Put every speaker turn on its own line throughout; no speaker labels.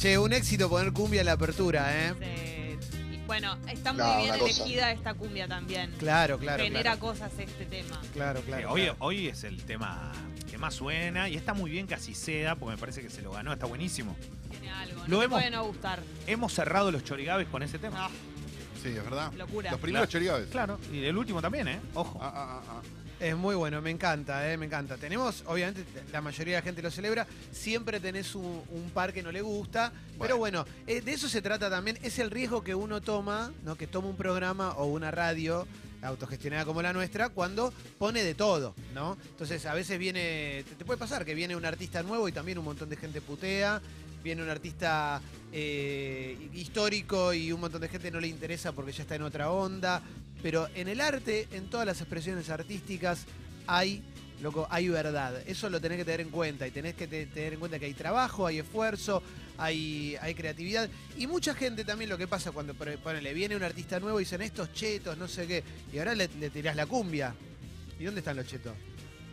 Che, un éxito poner cumbia en la apertura, ¿eh?
Eh, y bueno, está muy
No,
bien
una cosa.
elegida esta cumbia también.
Claro, claro.
Genera
claro,
cosas este tema.
claro,
Eh,
claro.
hoy,
claro.
hoy es el tema que más suena y está muy bien que así sea porque me parece que se lo ganó, está buenísimo.
Tiene algo.
Lo
No te
hemos-
puede no gustar.
Hemos cerrado los chorigabes con ese tema.
No,
Ah,
Sí, es verdad.
Locura.
Los primeros
Claro.
chorigabes.
Claro, y el último también, ¿eh? Ojo.
Ah, ah, ah, ah.
Es muy bueno, me encanta, eh, me encanta. Tenemos, obviamente, t- la mayoría de la gente lo celebra. Siempre tenés un, un par que no le gusta. Pero bueno, eh, de eso se trata también. Es el riesgo que uno toma, ¿no? Que toma un programa o una radio autogestionada como la nuestra, cuando pone de todo, ¿no? Entonces, a veces viene. Te, te puede pasar que viene un artista nuevo y también un montón de gente putea. Viene un artista eh, histórico y un montón de gente no le interesa porque ya está en otra onda. Pero en el arte, en todas las expresiones artísticas, hay, loco, hay verdad. Eso lo tenés que tener en cuenta. Y tenés que te- tener en cuenta que hay trabajo, hay esfuerzo, hay, hay creatividad. Y mucha gente también lo que pasa cuando por- ponele, viene un artista nuevo y dicen estos chetos, no sé qué. Y ahora le, le tirás la cumbia. ¿Y dónde están los chetos?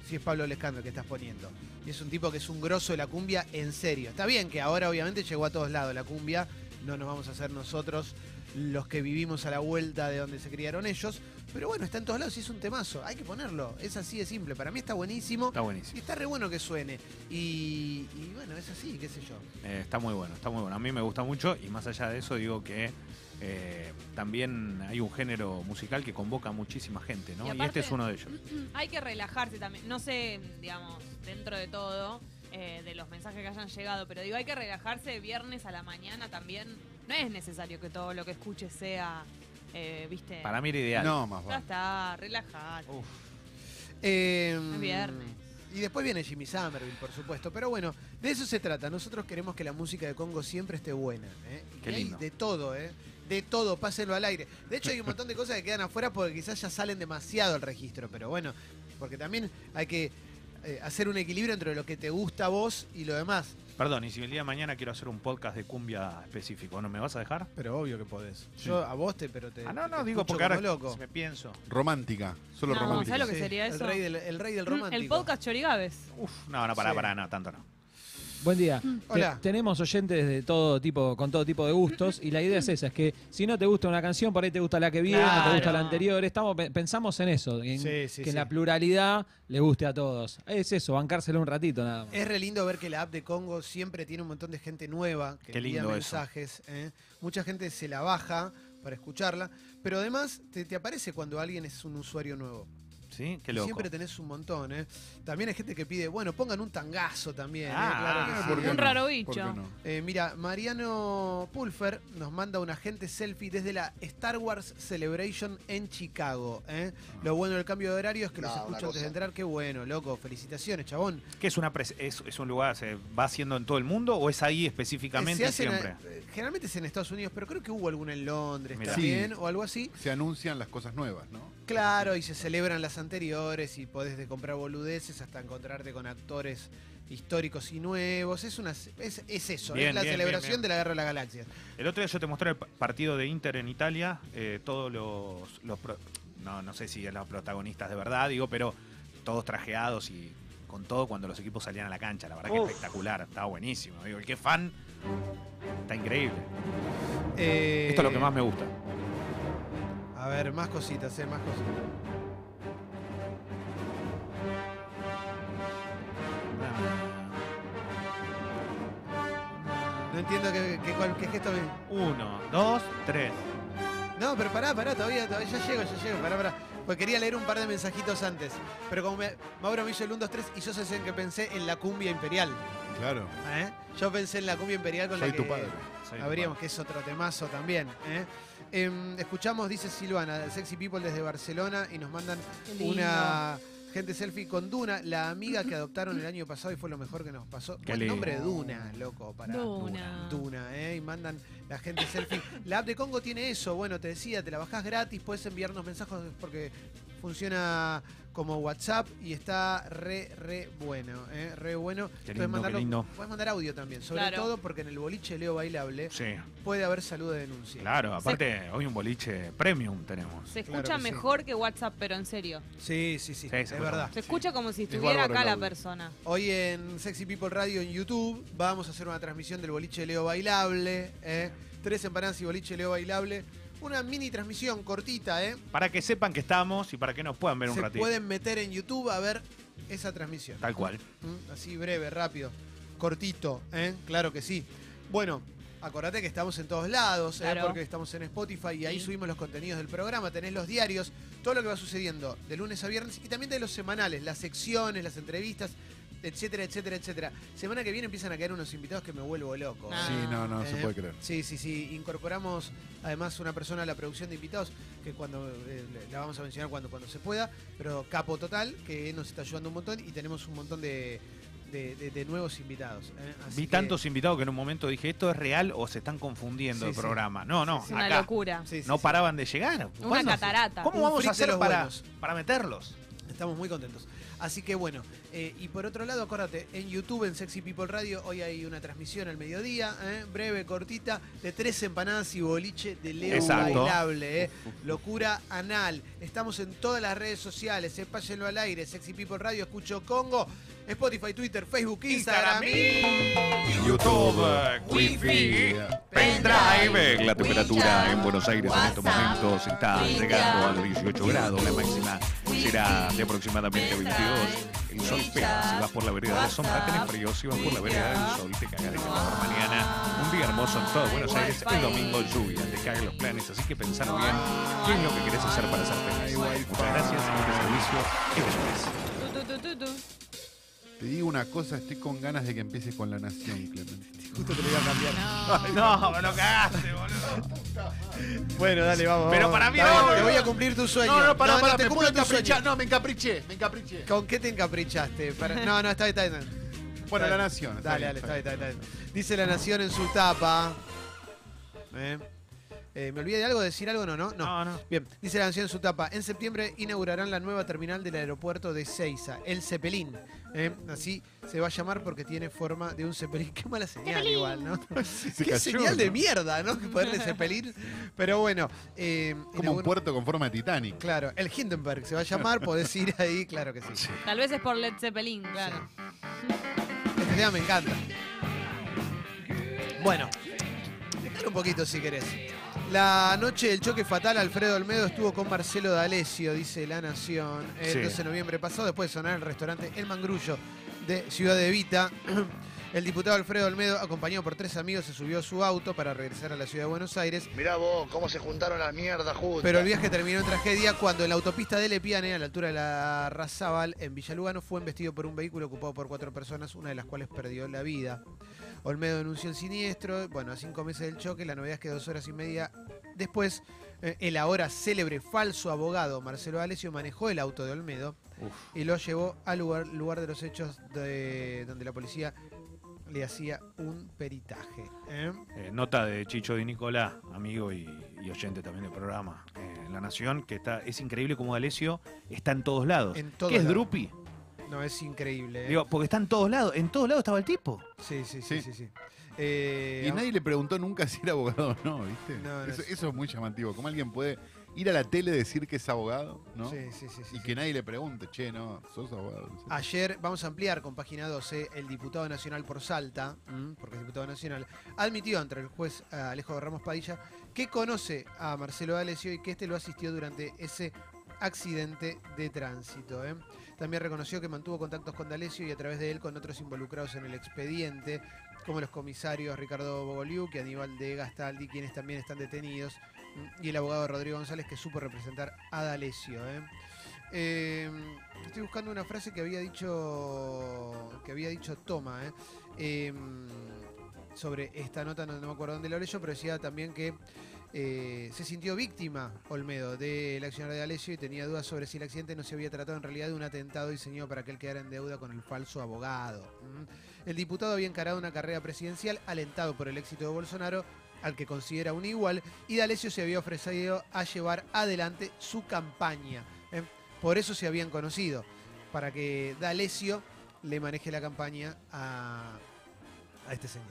Si es Pablo Lescano el que estás poniendo. Y es un tipo que es un grosso de la cumbia en serio. Está bien que ahora obviamente llegó a todos lados la cumbia. No nos vamos a hacer nosotros los que vivimos a la vuelta de donde se criaron ellos. Pero bueno, está en todos lados y es un temazo. Hay que ponerlo. Es así de simple. Para mí está buenísimo.
Está buenísimo.
Y está re bueno que suene. Y, y bueno, es así, qué sé yo.
Eh, está muy bueno, está muy bueno. A mí me gusta mucho y más allá de eso digo que eh, también hay un género musical que convoca a muchísima gente, ¿no?
Y
Y,
aparte- Mm.
este es uno de ellos.
hay que relajarse también. No sé, digamos, dentro de todo, eh, de los mensajes que hayan llegado, pero digo, hay que relajarse de viernes a la mañana también. No es necesario que todo lo que escuches sea, eh, viste.
Para mí era ideal.
No, más
Ya
vale.
está, relajate.
Uf,
Eh,
Es viernes.
Y después viene Jimmy Somerville, por supuesto. Pero bueno, de eso se trata. Nosotros queremos que la música de Congo siempre esté buena. ¿eh? Y
Qué
hay
lindo.
de todo, ¿eh? De todo, pásenlo al aire. De hecho, hay un montón de cosas que quedan afuera porque quizás ya salen demasiado al registro. Pero bueno, porque también hay que eh, hacer un equilibrio entre lo que te gusta a vos y lo demás.
Perdón, y si el día de mañana quiero hacer un podcast de cumbia específico, ¿no me vas a dejar?
Pero obvio que podés. Yo a vos te, pero te.
Ah, no, no,
Eh, te
digo
escucho
porque ahora
como loco.
me pienso.
Romántica. Solo
No,
romántica.
¿sabes lo que sería
El
eso?
rey del, el rey del
Mm,
romántico.
El podcast Chorigaves.
Uf, no, no, pará,
Sí.
pará, no, tanto no.
Buen día. Te-
Mm. Hola.
tenemos oyentes de todo tipo, con todo tipo de gustos, y la idea es esa, es que si no te gusta una canción, por ahí te gusta la que viene,
Claro.
te gusta la anterior. Estamos, pe- pensamos en eso, en,
Sí, sí,
que
sí.
en la pluralidad le guste a todos. Es eso, bancárselo un ratito nada más.
Es re lindo ver que la app de Congo siempre tiene un montón de gente nueva que
Qué
le envía
lindo eso.
mensajes. ¿eh? Mucha gente se la baja para escucharla, pero además te, te aparece cuando alguien es un usuario nuevo.
¿Sí? Qué loco.
Siempre tenés un montón. ¿eh? También hay gente que pide, bueno, pongan un tangazo también. ¿eh?
Ah,
Claro que sí.
¿Por qué
Un
no?
raro bicho.
¿Por qué no?
Eh, mira, Mariano Pulfer nos manda una gente selfie desde la Star Wars Celebration en Chicago. ¿eh? Lo bueno del cambio de horario es que
No,
los
una
escucho antes
cosa.
de entrar. Qué bueno, loco. Felicitaciones, chabón.
¿Qué es, una pres- es, es un lugar, se va haciendo en todo el mundo o es ahí específicamente
Se hacen
siempre?
a- eh, generalmente es en Estados Unidos, pero creo que hubo alguna en Londres
Mirá.
también
Sí.
o algo así.
Se anuncian las cosas nuevas, ¿no?
Claro, y se celebran las anteriores y podés de comprar boludeces hasta encontrarte con actores históricos y nuevos. Es una es, es eso,
Bien,
es la
bien,
celebración
bien, bien.
de la Guerra de las Galaxias.
El otro día yo te mostré el pa- partido de Inter en Italia, eh, todos los, los pro- no, no sé si los protagonistas de verdad, digo, pero todos trajeados y con todo cuando los equipos salían a la cancha, la verdad que espectacular, estaba buenísimo, digo, el que fan está increíble.
Eh,
Esto es lo que más me gusta.
A ver, más cositas, eh, más cositas. No entiendo qué, qué, cuál- qué gesto me-
Uno, dos, tres.
No, pero pará, pará, todavía, todavía, ya llego, ya llego, pará, pará. Pues quería leer un par de mensajitos antes. Pero como me- Mauro me hizo el 1, 2, 3 y yo sé en que pensé en la cumbia imperial.
Claro.
¿eh? Yo pensé en la cumbia imperial con
Soy
la
tu
que
padre.
Soy
abríamos, que es otro temazo también. ¿eh? Em, escuchamos, dice Silvana, Sexy People desde Barcelona y nos mandan
Qué lindo.
una gente selfie con Duna, la amiga que adoptaron el año pasado y fue lo mejor que nos pasó.
Qué
El
lindo.
nombre Duna, loco, para
Duna.
Duna, ¿eh? Y mandan la gente selfie. La app de Congo tiene eso, bueno, te decía, te la bajás gratis, puedes enviarnos mensajes porque funciona como WhatsApp y está re, re bueno, ¿eh? re bueno.
Qué
Podés
lindo, qué lindo.
podés mandar audio también, sobre
Claro.
todo porque en el boliche Leo Bailable
Sí,
puede haber salud de denuncia.
claro. Aparte, hoy un boliche premium tenemos.
Se escucha
Claro que sí.
mejor que WhatsApp, pero en serio.
Sí, sí, sí,
Sí, se
es
escucha
verdad.
más.
Se
Sí.
escucha como si
Es
estuviera
bárbaro el
acá la
audio.
persona.
Hoy en Sexy People Radio en YouTube vamos a hacer una transmisión del boliche Leo Bailable. ¿eh? Tres empanadas y boliche Leo Bailable. Una mini transmisión cortita, ¿eh?
Para que sepan que estamos y para que nos puedan ver un
Se
ratito.
pueden meter en YouTube a ver esa transmisión.
Tal cual.
¿Mm? Así breve, rápido, cortito, ¿eh? Claro que sí. Bueno, acordate que estamos en todos lados, ¿eh?
Claro.
porque estamos en Spotify y ahí
Sí.
subimos los contenidos del programa, tenés los diarios, todo lo que va sucediendo de lunes a viernes y también de los semanales, las secciones, las entrevistas, etcétera, etcétera, etcétera. Semana que viene empiezan a caer unos invitados que me vuelvo loco. ¿eh?
Ah.
Sí, no, no se
Eh,
puede creer.
Sí, sí, sí. Incorporamos además una persona a la producción de invitados, que cuando eh, la vamos a mencionar cuando, cuando se pueda, pero capo total, que nos está ayudando un montón y tenemos un montón de, de- de- de nuevos invitados. ¿eh? Así
Vi
que-
tantos invitados que en un momento dije, ¿esto es real o se están confundiendo
Sí,
el
sí.
programa? No, no,
Es una
acá.
locura.
Sí, sí,
no
sí.
paraban de llegar.
Una
¿Cuándo?
catarata.
¿Cómo
Un
vamos a
freak de
hacer
los
para,
buenos.
para meterlos?
Estamos muy contentos. Así que bueno, eh, y por otro lado, acuérdate, en YouTube, en Sexy People Radio, hoy hay una transmisión al mediodía, ¿eh? breve, cortita, de tres empanadas y boliche de Leo
Exacto.
Bailable. ¿eh? Locura anal. Estamos en todas las redes sociales, eh, pásenlo al aire, Sexy People Radio, Escucho Congo, Spotify, Twitter, Facebook, Instagram.
YouTube, Wi-Fi, Pendrive. La temperatura en Buenos Aires en estos momentos está llegando a los 18 grados. La máxima será de aproximadamente 22. El sol pega. Si vas por la vereda de la sombra, tenés frío. Si vas por la vereda del sol, te cagas de calor. Mañana, un día hermoso en todo Buenos Aires. El domingo, lluvia. Te cagan los planes. Así que pensar bien qué es lo que querés hacer para ser feliz. Muchas gracias. Este servicio es gratis.
Tu, tu, tu, tu, tu.
Te digo una cosa, estoy con ganas de que empieces con la nación, Clemente.
Justo te lo iba a cambiar.
No, me lo cagaste, boludo.
Bueno, dale, vamos.
Pero
vamos.
para mí
Está bien,
no,
Te
boludo.
voy a cumplir tu sueño. te cumplo tu sueño.
No, me encapriché, me encapriché.
¿Con qué te encaprichaste? Para- No, no, está bien, está bien.
Bueno,
Está
la
bien.
nación. está
Dale,
bien,
dale, está bien, está bien,
bien.
está bien. Dice La Nación en su tapa. ¿Eh? Eh, me olvidé de algo, decir algo, no, no, no.
No, no.
Bien, dice La Nación en su tapa. En septiembre inaugurarán la nueva terminal del aeropuerto de Ceiza, el Cepelín. ¿Eh? Así se va a llamar porque tiene forma de un Cepelín. Qué mala señal igual, ¿no?
Se
Qué
cayó,
señal de
¿no?
mierda, ¿no? Que Poderle Cepelín. Pero bueno. eh,
Como un
inaugur-
puerto con forma de Titanic.
Claro, el Hindenburg se va a llamar, podés ir ahí, claro que sí.
Tal vez es por Led Zeppelin, claro.
Este tema me encanta. Bueno, dejalo un poquito si querés. La noche del choque fatal, Alfredo Olmedo estuvo con Marcelo D'Alessio, dice La Nación, el
Sí.
12 de noviembre pasado, después de sonar en el restaurante El Mangrullo de Ciudad de Vita. El diputado Alfredo Olmedo, acompañado por tres amigos, se subió a su auto para regresar a la ciudad de Buenos Aires.
Mirá vos, cómo se juntaron las mierdas juntas.
Pero el viaje terminó en tragedia cuando en la autopista de Lepiane, a la altura de la Razábal, en Villalugano, fue embestido por un vehículo ocupado por cuatro personas, una de las cuales perdió la vida. Olmedo denunció el siniestro. Bueno, a cinco meses del choque, la novedad es que dos horas y media después, eh, el ahora célebre falso abogado Marcelo Alesio manejó el auto de Olmedo y lo llevó al lugar, lugar de los hechos de, donde la policía le hacía un peritaje. ¿eh?
Eh, nota de Chicho Di Nicola, amigo y, y oyente también del programa eh, La Nación, que está es increíble como D'Alessio está en todos lados.
En todos
¿Qué es
lados.
Drupi?
No, es increíble. ¿eh?
Digo, porque está en todos lados. En todos lados estaba el tipo.
sí, sí, sí, sí.
Sí.
sí. Eh,
Y nadie le preguntó nunca si era abogado o no, ¿viste?
No, no
eso,
sé.
eso es muy llamativo. ¿Cómo alguien puede ir a la tele y decir que es abogado, no?
Sí, sí, sí. sí,
Y
sí.
que nadie le pregunte, che, no, sos abogado. No sé.
Ayer, vamos a ampliar con página 12, el diputado nacional por Salta, ¿m? porque es diputado nacional, admitió entre el juez eh, Alejo Ramos Padilla que conoce a Marcelo D'Alessio y que este lo asistió durante ese accidente de tránsito. ¿eh? También reconoció que mantuvo contactos con D'Alessio y a través de él con otros involucrados en el expediente, como los comisarios Ricardo Bogoliu, que Aníbal de Gastaldi, quienes también están detenidos, ¿m? y el abogado Rodrigo González, que supo representar a D'Alessio. ¿eh? Eh, estoy buscando una frase que había dicho que había dicho Toma eh. Eh, sobre esta nota no, no me acuerdo dónde la leyó pero decía también que eh, se sintió víctima Olmedo del accionar de Alessio y tenía dudas sobre si el accidente no se había tratado en realidad de un atentado diseñado para que él quedara en deuda con el falso abogado. ¿Mm? El diputado había encarado una carrera presidencial alentado por el éxito de Bolsonaro al que considera un igual, y D'Alessio se había ofrecido a llevar adelante su campaña. ¿eh? Por eso se habían conocido, para que D'Alessio le maneje la campaña a, a este señor.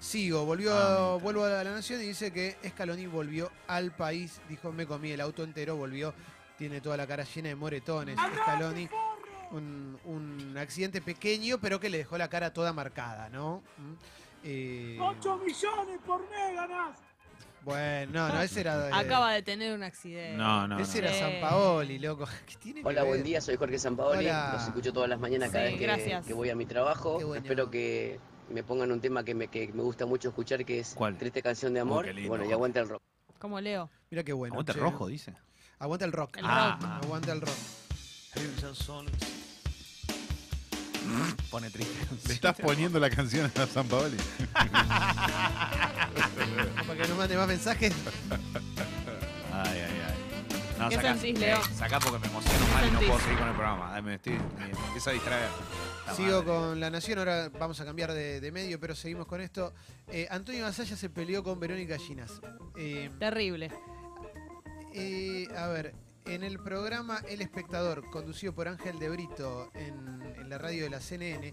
Sigo, volvió,
Ah, mira.
vuelvo a la Nación y dice que Scaloni volvió al país, dijo, me comí el auto entero, volvió, tiene toda la cara llena de moretones, Scaloni. Un, un accidente pequeño, pero que le dejó la cara toda marcada, ¿no? Mm. Eh,
millones por mes ganás.
bueno, no, no, ese era. eh,
Acaba Eh. de tener un accidente.
No, no.
ese
no.
era
Sí.
San Paoli, loco. ¿Qué tiene que
Hola,
ver?
buen día, soy Jorge Sampaoli.
Hola.
Los escucho todas las mañanas cada
Sí,
vez que,
gracias.
que voy a mi trabajo.
Qué bueno.
Espero que me pongan un tema que me, que me gusta mucho escuchar, que es
¿Cuál?
Triste Canción de Amor.
qué lindo,
Y bueno, y
Jorge.
aguanta el rock.
Como Leo.
Mira qué bueno.
Aguante
che.
rojo, dice.
Aguanta el rock.
El
Ah. rock.
Aguanta el rock.
Pone
Le
triste.
estás poniendo la canción a San Paoli.
Ah.
Para que no mande más mensajes.
Ay, ay, ay. No,
¿Qué
sacá-
sentís, Leo?
eh, Sacá porque me emociono mal y no
sentís?
puedo seguir con el programa. Ay, me, estoy, me empiezo a distraer. La
Sigo
madre.
con La Nación, ahora vamos a cambiar de, de medio, pero seguimos con esto. Eh, Antonio Gasalla se peleó con Verónica Ginás. Eh,
Terrible.
eh, a ver, en el programa El Espectador, conducido por Ángel de Brito en, en la radio de la CNN,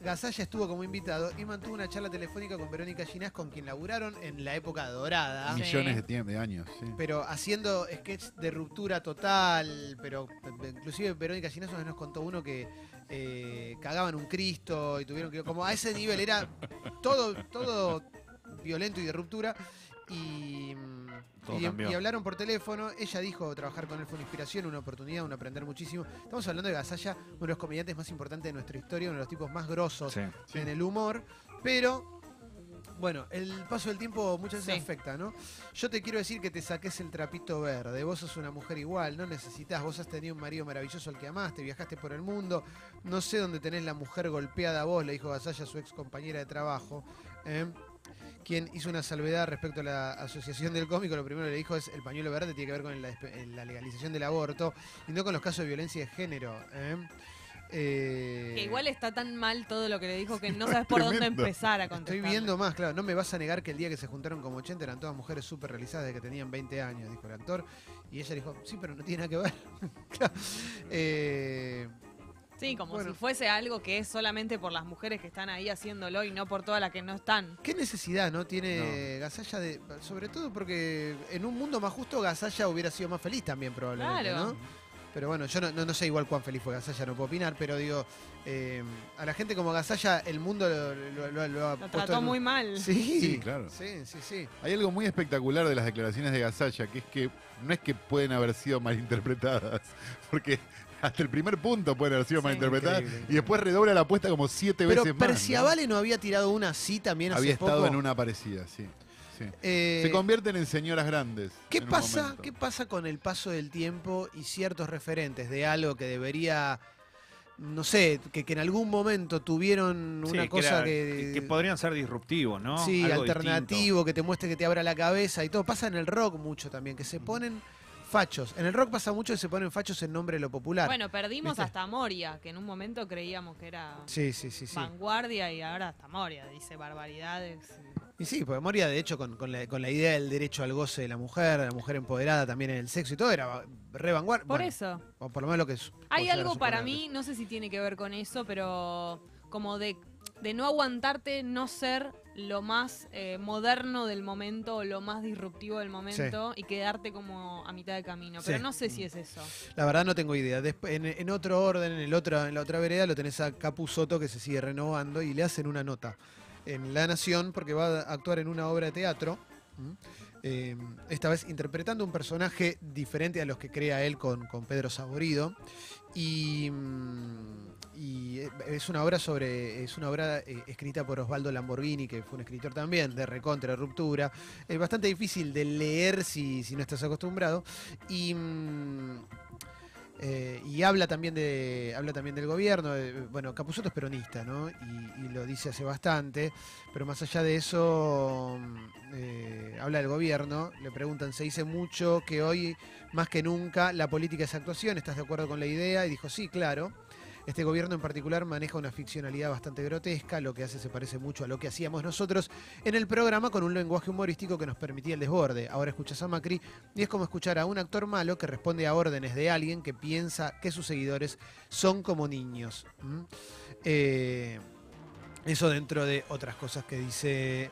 Gasalla estuvo como invitado y mantuvo una charla telefónica con Verónica Ginás, con quien laburaron en la época dorada.
Sí.
Millones de, tiemp- de años, sí.
pero haciendo sketch de ruptura total, pero eh, inclusive Verónica Ginás una vez nos contó uno que eh, cagaban un Cristo y tuvieron que como a ese nivel era todo todo violento y de ruptura y mm,
Todo
y,
cambió.
y hablaron por teléfono, ella dijo trabajar con él fue una inspiración, una oportunidad, un aprender muchísimo. Estamos hablando de Gasalla, uno de los comediantes más importantes de nuestra historia, uno de los tipos más grosos
Sí.
en el humor, pero bueno, el paso del tiempo muchas veces
Sí.
afecta, ¿no? Yo te quiero decir que te saques el trapito verde, vos sos una mujer igual, no necesitas, vos has tenido un marido maravilloso al que amaste, viajaste por el mundo, no sé dónde tenés la mujer golpeada a vos, le dijo Gasalla a su ex compañera de trabajo. ¿eh? Quien hizo una salvedad respecto a la asociación del cómico, lo primero que le dijo es el pañuelo verde tiene que ver con la, despe- la legalización del aborto y no con los casos de violencia de género. ¿eh? Eh,
Que igual está tan mal todo lo que le dijo que no sabes por dónde
tremendo.
empezar a
Estoy
contestar.
viendo más, claro. No me vas a negar que el día que se juntaron como 80 eran todas mujeres súper realizadas desde que tenían 20 años, dijo el actor. Y ella dijo, sí, pero no tiene nada que ver. Claro. Eh,
Sí, como
Bueno.
si fuese algo que es solamente por las mujeres que están ahí haciéndolo y no por todas las que no están.
¿Qué necesidad no tiene Gasalla de. Sobre todo porque en un mundo más justo Gasalla hubiera sido más feliz también, probablemente,
Claro.
¿no? Pero bueno, yo no, no- no sé igual cuán feliz fue Gasalla, no puedo opinar, pero digo, eh, a la gente como Gasalla, el mundo lo, lo- lo- lo ha
Lo
puesto
trató
en-
muy mal.
Sí,
Sí, claro.
Sí, sí, sí.
Hay algo muy espectacular de las declaraciones de Gasalla, que es que no es que pueden haber sido malinterpretadas, porque hasta el primer punto pueden haber sido
Sí.
malinterpretadas,
Increíble,
y después redobla la apuesta como siete
Pero
veces más.
Perciavale no había tirado una así también
¿no?
hace
Había estado
poco.
en una parecida, sí. sí.
Eh,
Se convierten en señoras grandes.
¿Qué
en un
pasa,
momento.
¿Qué pasa con el paso del tiempo y ciertos referentes de algo que debería, no sé, que, que en algún momento tuvieron
Sí,
una cosa
era-
que...
que podrían ser disruptivos, ¿no?
sí,
Algo
alternativo, que te muestre que te abra la cabeza y todo. Pasa en el rock mucho también, que se ponen fachos. En el rock pasa mucho que se ponen fachos en nombre de lo popular.
Bueno, perdimos
¿Viste?
hasta Moria, que en un momento creíamos que era
sí, sí, sí, sí.
vanguardia y ahora hasta Moria dice barbaridades.
Y sí, porque Moria, de hecho, con, con la, con la idea del derecho al goce de la mujer, de la mujer empoderada también en el sexo y todo, era re vanguardia.
Por
Bueno,
eso.
O por lo menos lo que es.
Hay
considero
algo para
suponerles.
mí, no sé si tiene que ver con eso, pero como de, de no aguantarte, no ser lo más eh, moderno del momento o lo más disruptivo del momento y quedarte como a mitad de camino. Pero
Sí.
no sé si es eso.
La verdad no tengo idea. Desp- en, en otro orden, en, el otro, en la otra vereda, lo tenés a Capuzoto que se sigue renovando y le hacen una nota en La Nación porque va a actuar en una obra de teatro. ¿m? Eh, esta vez interpretando un personaje diferente a los que crea él con, con Pedro Saborido. Y, mm, y, eh, es una obra sobre. Es una obra eh, escrita por Osvaldo Lamborghini, que fue un escritor también, de Recontra, Ruptura. Es bastante difícil de leer si, si no estás acostumbrado. Y. mm, eh, y habla también de habla también del gobierno eh, bueno Capusotto es peronista no y, y lo dice hace bastante pero más allá de eso mm, eh, habla del gobierno le preguntan se dice mucho que hoy más que nunca la política es actuación estás de acuerdo con la idea y dijo sí claro Este gobierno en particular maneja una ficcionalidad bastante grotesca, lo que hace se parece mucho a lo que hacíamos nosotros en el programa con un lenguaje humorístico que nos permitía el desborde. Ahora escuchas a Macri y es como escuchar a un actor malo que responde a órdenes de alguien que piensa que sus seguidores son como niños. ¿Mm? Eh, eso dentro de otras cosas que dice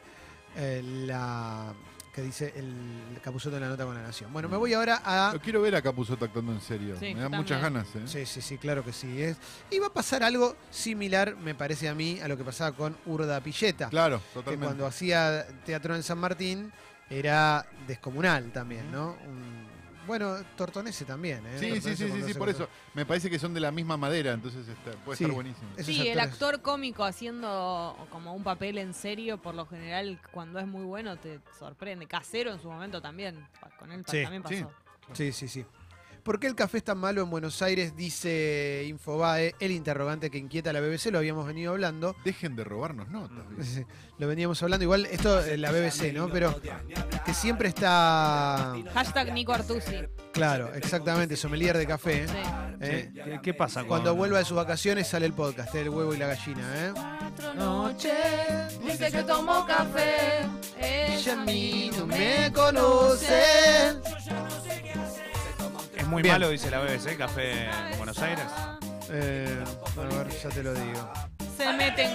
eh, la que dice el Capuzoto en la nota con la nación. Bueno, me voy ahora a
Lo quiero ver a Capuzoto actuando en serio.
Sí,
Me
yo
dan muchas
también.
ganas,
Sí,
¿eh?
sí, sí, claro que sí. Es. Y va a pasar algo similar, me parece a mí, a lo que pasaba con Urda Pilleta.
Claro,
que
totalmente.
cuando hacía teatro en San Martín era descomunal también, ¿no? Un- bueno, Tortonese también, ¿eh?
Sí, sí,
Tortonese
sí, sí,
cuando
sí,
hace
por
cosas-
eso. Me parece que son de la misma madera, entonces está- puede
Sí.
estar buenísimo.
esos
Sí, el
actores-
actor cómico haciendo como un papel en serio, por lo general, cuando es muy bueno, te sorprende. Casero en su momento también. Con él pa-
Sí,
también pasó.
sí.
Sí, sí, sí. ¿Por qué el café es tan malo en Buenos Aires? Dice Infobae, el interrogante que inquieta a la BBC, lo habíamos venido hablando.
Dejen de robarnos notas. ¿viste?
Lo veníamos hablando, igual esto eh, la BBC, ¿no? Pero que siempre está...
Hashtag Nico Artusi.
Claro, exactamente, sommelier de café. ¿eh?
Sí.
¿Eh?
Che, ¿Qué, qué pasa con-
Cuando vuelva de sus vacaciones sale el podcast, El huevo y la gallina, ¿eh?
noches dice que tomó café.
Ella a mí no me conoce.
Es muy
Bien.
malo, dice la BBC, café
Ah,
en Buenos Aires.
Eh, a ver, ya te lo digo.
Se meten.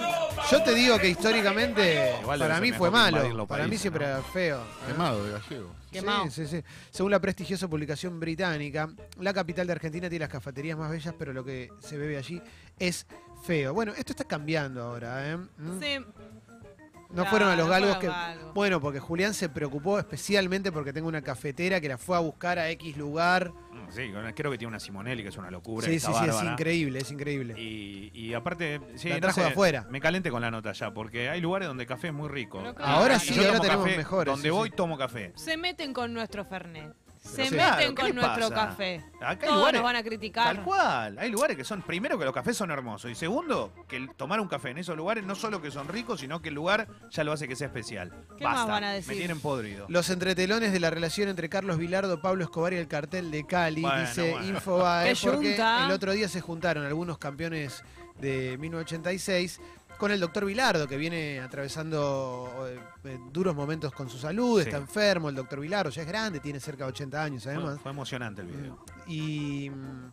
Yo te digo que históricamente
Igual debe
para
ser
mí
mejor
fue
que invadir
malo.
los
Para mí
países,
siempre
¿no?
era feo. ¿eh?
Quemado de gallego.
Quemado.
Sí, sí, sí. Según la prestigiosa publicación británica, la capital de Argentina tiene las cafeterías más bellas, pero lo que se bebe allí es feo. Bueno, esto está cambiando ahora, ¿eh? Mm.
se-
No
Claro,
fueron a los
no
galgos
fueron
que.
galgos.
Bueno, porque Julián se preocupó especialmente porque tengo una cafetera que la fue a buscar a X lugar.
Mm, Sí, bueno, creo que tiene una Simonelli, que es una locura. que
sí, sí,
está
sí, es
bárbara.
increíble, es increíble.
Y, y aparte, sí,
La
no
trajo de
sé,
afuera.
Me caliente con la nota ya, porque hay lugares donde el café es muy rico.
Pero claro.
Ahora
Y
sí,
Yo
ahora
tomo
tenemos
café,
mejores.
Donde
sí,
voy
sí.
tomo café.
Se meten con nuestro Fernet. Se
Pero sí.
meten
Claro, ¿qué le
con nuestro
pasa?
café.
Acá hay
Todos
lugares-
nos van a
Tal
criticar.
cual. Hay lugares que son, primero que los cafés son hermosos y segundo que el tomar un café en esos lugares no solo que son ricos, sino que el lugar ya lo hace que sea especial.
¿Qué
Basta,
más van a decir?
Me tienen podrido.
Los entretelones de la relación entre Carlos Vilardo, Pablo Escobar y el cartel de Cali,
Bueno,
dice
bueno.
Infobae,
Qué
porque
yunta.
el otro día se juntaron algunos campeones de 1986 con el doctor Vilardo, que viene atravesando eh, eh, duros momentos con su salud,
Sí.
está enfermo, el doctor Vilardo ya es grande, tiene cerca de 80 años
Fue-
además.
fue emocionante el video.
Y, mm,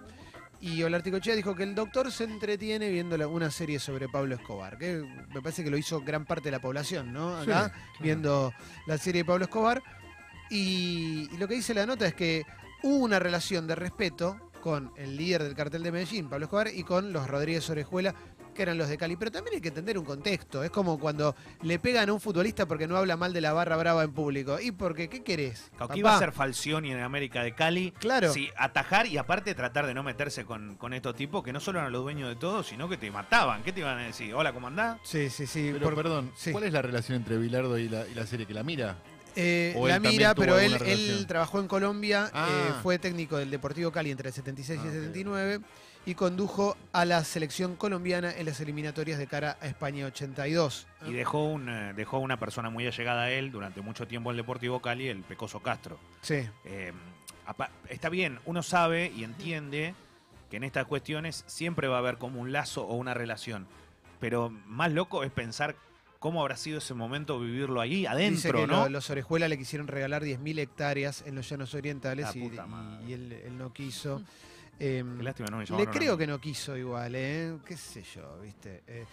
y Olarticochea dijo que el doctor se entretiene viendo la- una serie sobre Pablo Escobar, que me parece que lo hizo gran parte de la población, ¿no? Acá,
Sí, claro.
viendo la serie de Pablo Escobar. Y, y lo que dice la nota es que hubo una relación de respeto con el líder del cartel de Medellín, Pablo Escobar, y con los Rodríguez Orejuela, que eran los de Cali. Pero también hay que entender un contexto. Es como cuando le pegan a un futbolista porque no habla mal de la barra brava en público. ¿Y por qué? ¿Qué querés?
Cauqui
papá?
iba a ser Falcioni en América de Cali.
Claro.
Sí, atajar y aparte tratar de no meterse con, con estos tipos que no solo eran los dueños de todo, sino que te mataban. ¿Qué te iban a decir? Hola, ¿cómo andás?
Sí, sí, sí.
Pero
por-
perdón,
sí.
¿cuál es la relación entre Bilardo y la, y la serie que la mira?
Eh,
¿O
la
él también
mira,
tuvo
pero él,
alguna
él
relación?
trabajó en Colombia,
Ah.
eh, fue técnico del Deportivo Cali entre el 76
Ah,
y el
ok.
79 y condujo a la selección colombiana en las eliminatorias de cara a España 82.
Y dejó, un, eh, dejó una persona muy allegada a él durante mucho tiempo en el Deportivo Cali, el Pecoso Castro.
Sí,
Eh, apa- está bien, uno sabe y entiende que en estas cuestiones siempre va a haber como un lazo o una relación. Pero más loco es pensar cómo habrá sido ese momento vivirlo ahí
dice que lo-
adentro, ¿no?
los orejuela le quisieron regalar 10.000 hectáreas en los llanos orientales
La
y,
puta
y-
madre.
y él, él no quiso. Eh,
Qué lástima, no me
Le
llamaron a
creo
mí.
que no quiso igual, ¿eh? Qué sé yo, ¿viste? Eh,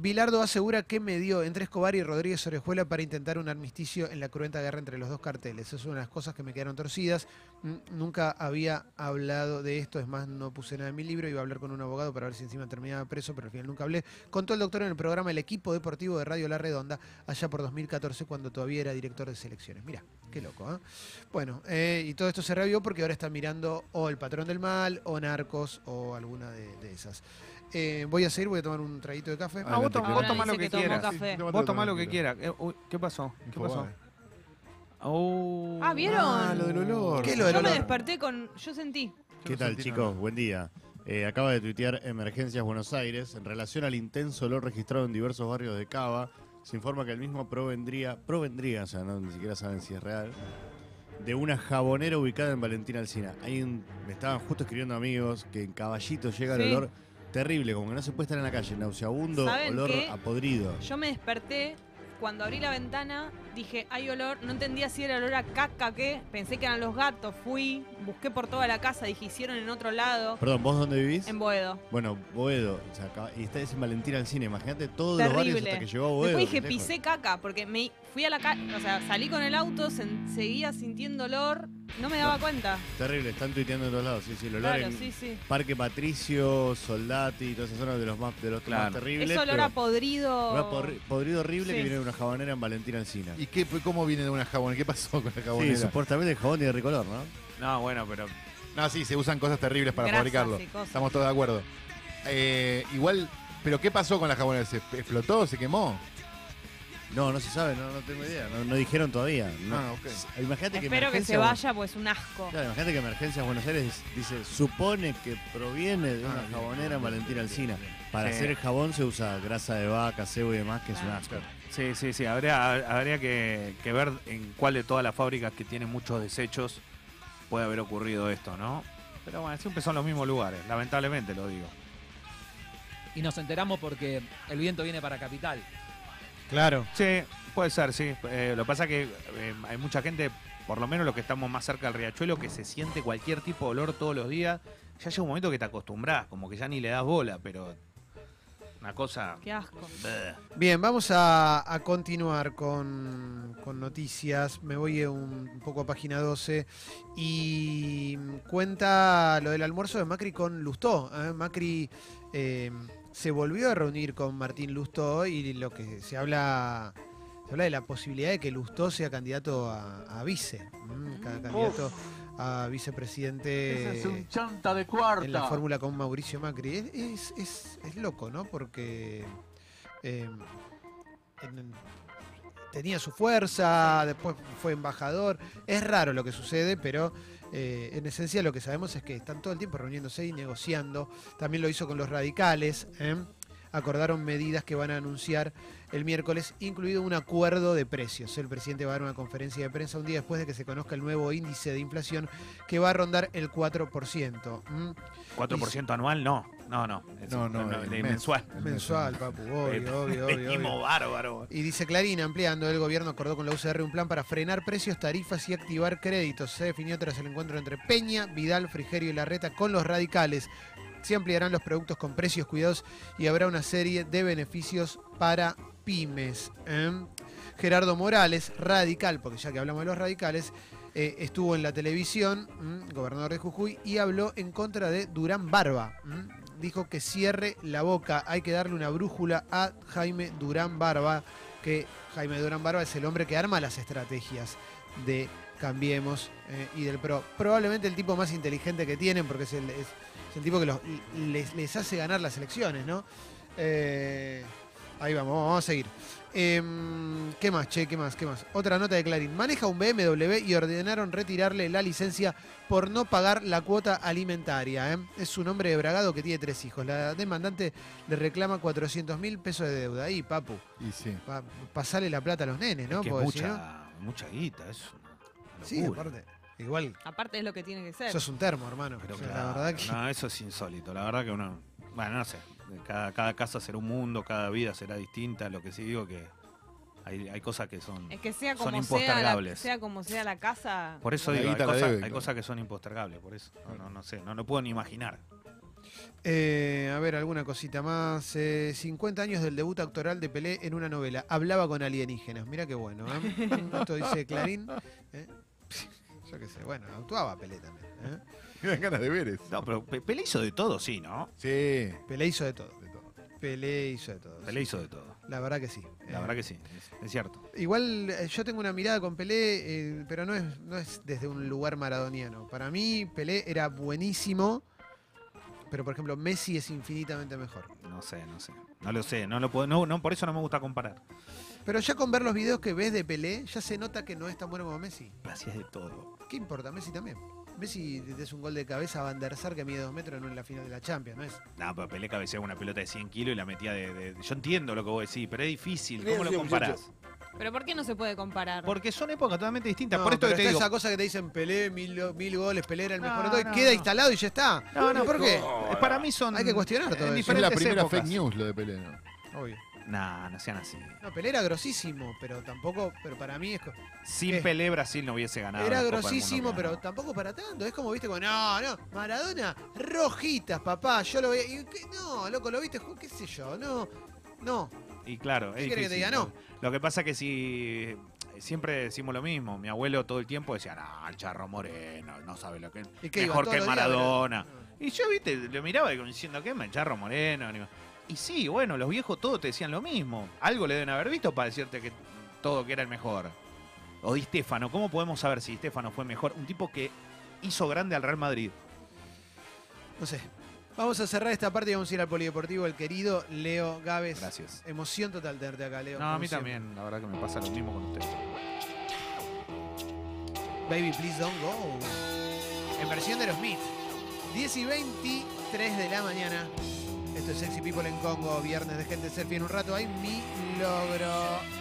Bilardo asegura que medió entre Escobar y Rodríguez Orejuela para intentar un armisticio en la cruenta guerra entre los dos carteles. Es una de las cosas que me quedaron torcidas. N- Nunca había hablado de esto, es más, no puse nada en mi libro. Iba a hablar con un abogado para ver si encima terminaba preso, pero al final nunca hablé. Contó el doctor en el programa El Equipo Deportivo de Radio La Redonda, allá por 2014, cuando todavía era director de selecciones. Mirá, qué loco, ¿eh? Bueno, eh, y todo esto se revió porque ahora está mirando o El Patrón del Mal, o Narcos, o alguna de, de esas. Eh, voy a seguir, voy a tomar un traguito de café.
Ah, vos tomá- vos tomá
lo
dice
que quieras.
tomó café.
tomá
Vos tomá lo que
tranquilo.
quieras. Eh, uy, ¿Qué pasó? ¿Qué pasó?
Infobae.
Oh.
Ah, ¿vieron?
Ah, lo del olor.
¿Qué es lo del
Yo me
olor?
desperté con. Yo sentí.
¿Qué tal, chicos? Buen día. Eh, acaba de tuitear Emergencias Buenos Aires. En relación al intenso olor registrado en diversos barrios de Cava, se informa que el mismo provendría, provendría, o sea, no, ni siquiera saben si es real, de una jabonera ubicada en Valentín Alsina. Ahí en- me estaban justo escribiendo amigos que en Caballito llega el
Sí.
olor terrible, como que no se puede estar en la calle, nauseabundo,
¿Saben
olor
qué?
a podrido.
Yo me desperté, cuando abrí la ventana, dije, hay olor, no entendía si era olor a caca, qué, pensé que eran los gatos, fui, busqué por toda la casa, dije, hicieron en otro lado,
Perdón, ¿vos dónde vivís?
en Boedo.
Bueno, Boedo, o sea, acá- y está en Valentín al cine, imagínate todos los barrios
Terrible.
hasta que llegó a Boedo.
Después dije,
qué lejos.
pisé caca, porque me fui a la calle, o sea, salí con el auto, sen- seguía sintiendo olor, no me daba cuenta.
Terrible, están tuiteando en todos lados, sí, sí, el olor
Claro,
en
sí, sí.
Parque Patricio, Soldati, todas esas zonas de los más de los
Claro.
más terribles.
Es olor
pero-
a podrido.
olor a podri- podrido horrible que
Sí.
viene de una jabonera en Valentín Alcina.
¿Y qué, pues, cómo viene de una jabonera? ¿Qué pasó con la
Sí,
jabonera?
supuestamente el jabón tiene ricolor, ¿no?
No, bueno, pero
No, sí, se usan cosas terribles para
Grasas
fabricarlo.
y cosas.
Estamos todos de acuerdo. Eh, igual, ¿pero qué pasó con la jabonera? ¿Se explotó? ¿Se quemó?
No, no se sabe, no, no tengo idea, no, no dijeron todavía. no.
Ah, ok.
S- Imagínate que
Espero que
Emergencia
se vaya, pues un asco.
Bu- Claro, imagínate que Emergencias Buenos Aires dice, supone que proviene de una
Ah, bien.
jabonera en Valentín Alcina. Para
Sí.
hacer el jabón se usa grasa de vaca, cebo y demás, que
Ah,
es un
Claro.
asco.
Sí, sí, sí. Habría, habría que, que ver en cuál de todas las fábricas que tienen muchos desechos puede haber ocurrido esto, ¿no? Pero bueno, siempre son los mismos lugares, lamentablemente lo digo.
Y nos enteramos porque el viento viene para Capital.
Claro.
Sí, puede ser, sí. Eh, lo que pasa es que eh, hay mucha gente, por lo menos los que estamos más cerca del riachuelo, que se siente cualquier tipo de olor todos los días. Ya llega un momento que te acostumbras, como que ya ni le das bola, pero una cosa...
Qué asco.
bleh.
Bien, vamos a, a continuar con, con noticias. Me voy a un, un poco a página 12 y cuenta lo del almuerzo de Macri con Lustó. ¿eh? Macri eh, se volvió a reunir con Martín Lustó y lo que se habla, se habla de la posibilidad de que Lustó sea candidato a, a vice, ¿m? Ca- candidato a vicepresidente
Eh,
chanta de cuarta.
en la fórmula con Mauricio Macri. Es, es, es- es loco, ¿no? Porque eh, en- tenía su fuerza, después fue embajador. Es raro lo que sucede, pero eh, en esencia lo que sabemos es que están todo el tiempo reuniéndose y negociando. También lo hizo con los radicales. ¿eh? Acordaron medidas que van a anunciar el miércoles, incluido un acuerdo de precios. El presidente va a dar una conferencia de prensa un día después de que se conozca el nuevo índice de inflación que va a rondar el 4%. ¿m?
4% anual, no. No, no. Es
No,
un-
no,
no,
el
de
mes.
mensual.
Mensual, papu, obvio, obvio, obvio,
Venimos
obvio.
bárbaro.
Y dice Clarín, ampliando, el gobierno acordó con la UCR un plan para frenar precios, tarifas y activar créditos. Se definió tras el encuentro entre Peña, Vidal, Frigerio y Larreta con los radicales. Se ampliarán los productos con precios cuidados y habrá una serie de beneficios para pymes. ¿eh? Gerardo Morales, radical, porque ya que hablamos de los radicales, eh, estuvo en la televisión, ¿m? gobernador de Jujuy, y habló en contra de Durán Barba. ¿m? Dijo que cierre la boca, hay que darle una brújula a Jaime Durán Barba, que Jaime Durán Barba es el hombre que arma las estrategias de Cambiemos eh, y del PRO. Probablemente el tipo más inteligente que tienen, porque es el, es- es el tipo que los- les, les hace ganar las elecciones, ¿no? Eh, ahí vamos, vamos a seguir. Em, ¿Qué más, che? ¿Qué más? ¿Qué más? Otra nota de Clarín. Maneja un BMW y ordenaron retirarle la licencia por no pagar la cuota alimentaria. ¿eh? Es un hombre de Bragado que tiene tres hijos. La demandante le reclama 400 mil pesos de deuda. Ahí, papu,
Y sí.
pa- pasale la plata a los nenes, ¿no?
que es
Porque si no-
mucha, mucha guita, es una
Sí,
locura.
aparte. Igual,
Aparte es lo que tiene que ser.
sos un termo, hermano.
Pero
O sea,
claro,
la verdad que...
No, eso es insólito. La verdad que uno. Bueno, no sé. Cada, cada casa será un mundo, cada vida será distinta. Lo que sí digo que hay, hay cosas que son.
Es que sea
Son
como sea, la,
impostergables.
sea como sea la casa.
Por eso
La
digo, hay
guita la
cosas,
debe,
hay
claro.
cosas que son impostergables, por eso. No, no, no sé, no, no puedo ni imaginar.
Eh, a ver, alguna cosita más. Eh, 50 años del debut actoral de Pelé en una novela. Hablaba con alienígenas. Mira qué bueno. ¿eh? Esto dice Clarín. ¿eh? Yo qué sé. Bueno, actuaba Pelé también. ¿eh?
Me dan ganas de ver eso.
No, pero Pe- Pelé hizo de todo, sí, ¿no?
Sí. De
Pelé hizo de todo.
todo.
Pelé hizo de todo.
Pelé hizo de todo.
La verdad que sí.
La
Eh,
verdad que sí, es, es cierto.
Igual eh, yo tengo una mirada con Pelé, eh, pero no es, no es desde un lugar maradoniano. Para mí, Pelé era buenísimo, pero por ejemplo, Messi es infinitamente mejor.
No sé, no sé. No lo sé, no lo puedo. No, no, por eso no me gusta comparar.
Pero ya con ver los videos que ves de Pelé, ya se nota que no es tan bueno como Messi.
Hacías de todo.
¿Qué importa? Messi también. Messi te es un gol de cabeza a Van der Sar que mide dos metros en la final de la Champions, ¿no es?
No, pero Pelé cabeceaba una pelota de 100 kilos y la metía de, de- Yo entiendo lo que vos decís, pero es difícil. ¿Cómo lo comparás?
Pero ¿por qué no se puede comparar?
Porque son épocas totalmente distintas.
No,
Por esto que
pero
te
está
digo.
esa cosa que te dicen Pelé, mil, mil goles, Pelé era el mejor de
No,
todo, y
no,
queda
no.
instalado y ya está.
No, no,
¿Por qué?
Para mí son.
Hay que cuestionar todo
en
eso.
Es la
diferentes
primera
épocas.
fake news lo de Pelé, ¿no?
Obvio.
Nah, no sean así.
No, Pelé era grosísimo, pero tampoco, pero para mí es... co-
Sin
¿Qué?
Pelé Brasil no hubiese ganado.
era
la Copa del Mundo
grosísimo,
que
pero
ganó.
tampoco para tanto. Es como, viste, como, no, no, Maradona, rojitas, papá, yo lo veía... y que- no, loco, lo viste, ju- qué sé yo, no, no.
Y claro,
¿Qué
es
querés que te
difícil.
diga? No.
Lo que pasa que si siempre decimos lo mismo. Mi abuelo todo el tiempo decía, no, el charro moreno, no sabe lo que es.
¿Y qué, iba
Mejor
todos
que
los días,
Maradona.
pero- no.
Y yo, viste, lo miraba y como diciendo, ¿qué? El charro moreno. digo. Y sí, bueno, los viejos todos te decían lo mismo. Algo le deben haber visto para decirte que todo que era el mejor. O Di Stefano, ¿cómo podemos saber si Di Stefano fue mejor? Un tipo que hizo grande al Real Madrid.
No sé. Vamos a cerrar esta parte y vamos a ir al polideportivo, el querido Leo Gávez.
Gracias.
Emoción total tenerte acá, Leo.
No, a
como
mí
siempre.
también, la verdad que me pasa lo mismo con usted.
Baby, please don't go. En versión de los Meets. 10 y 23 de la mañana. Esto es Sexy People en Congo, viernes de gente selfie. En un rato hay mi logro.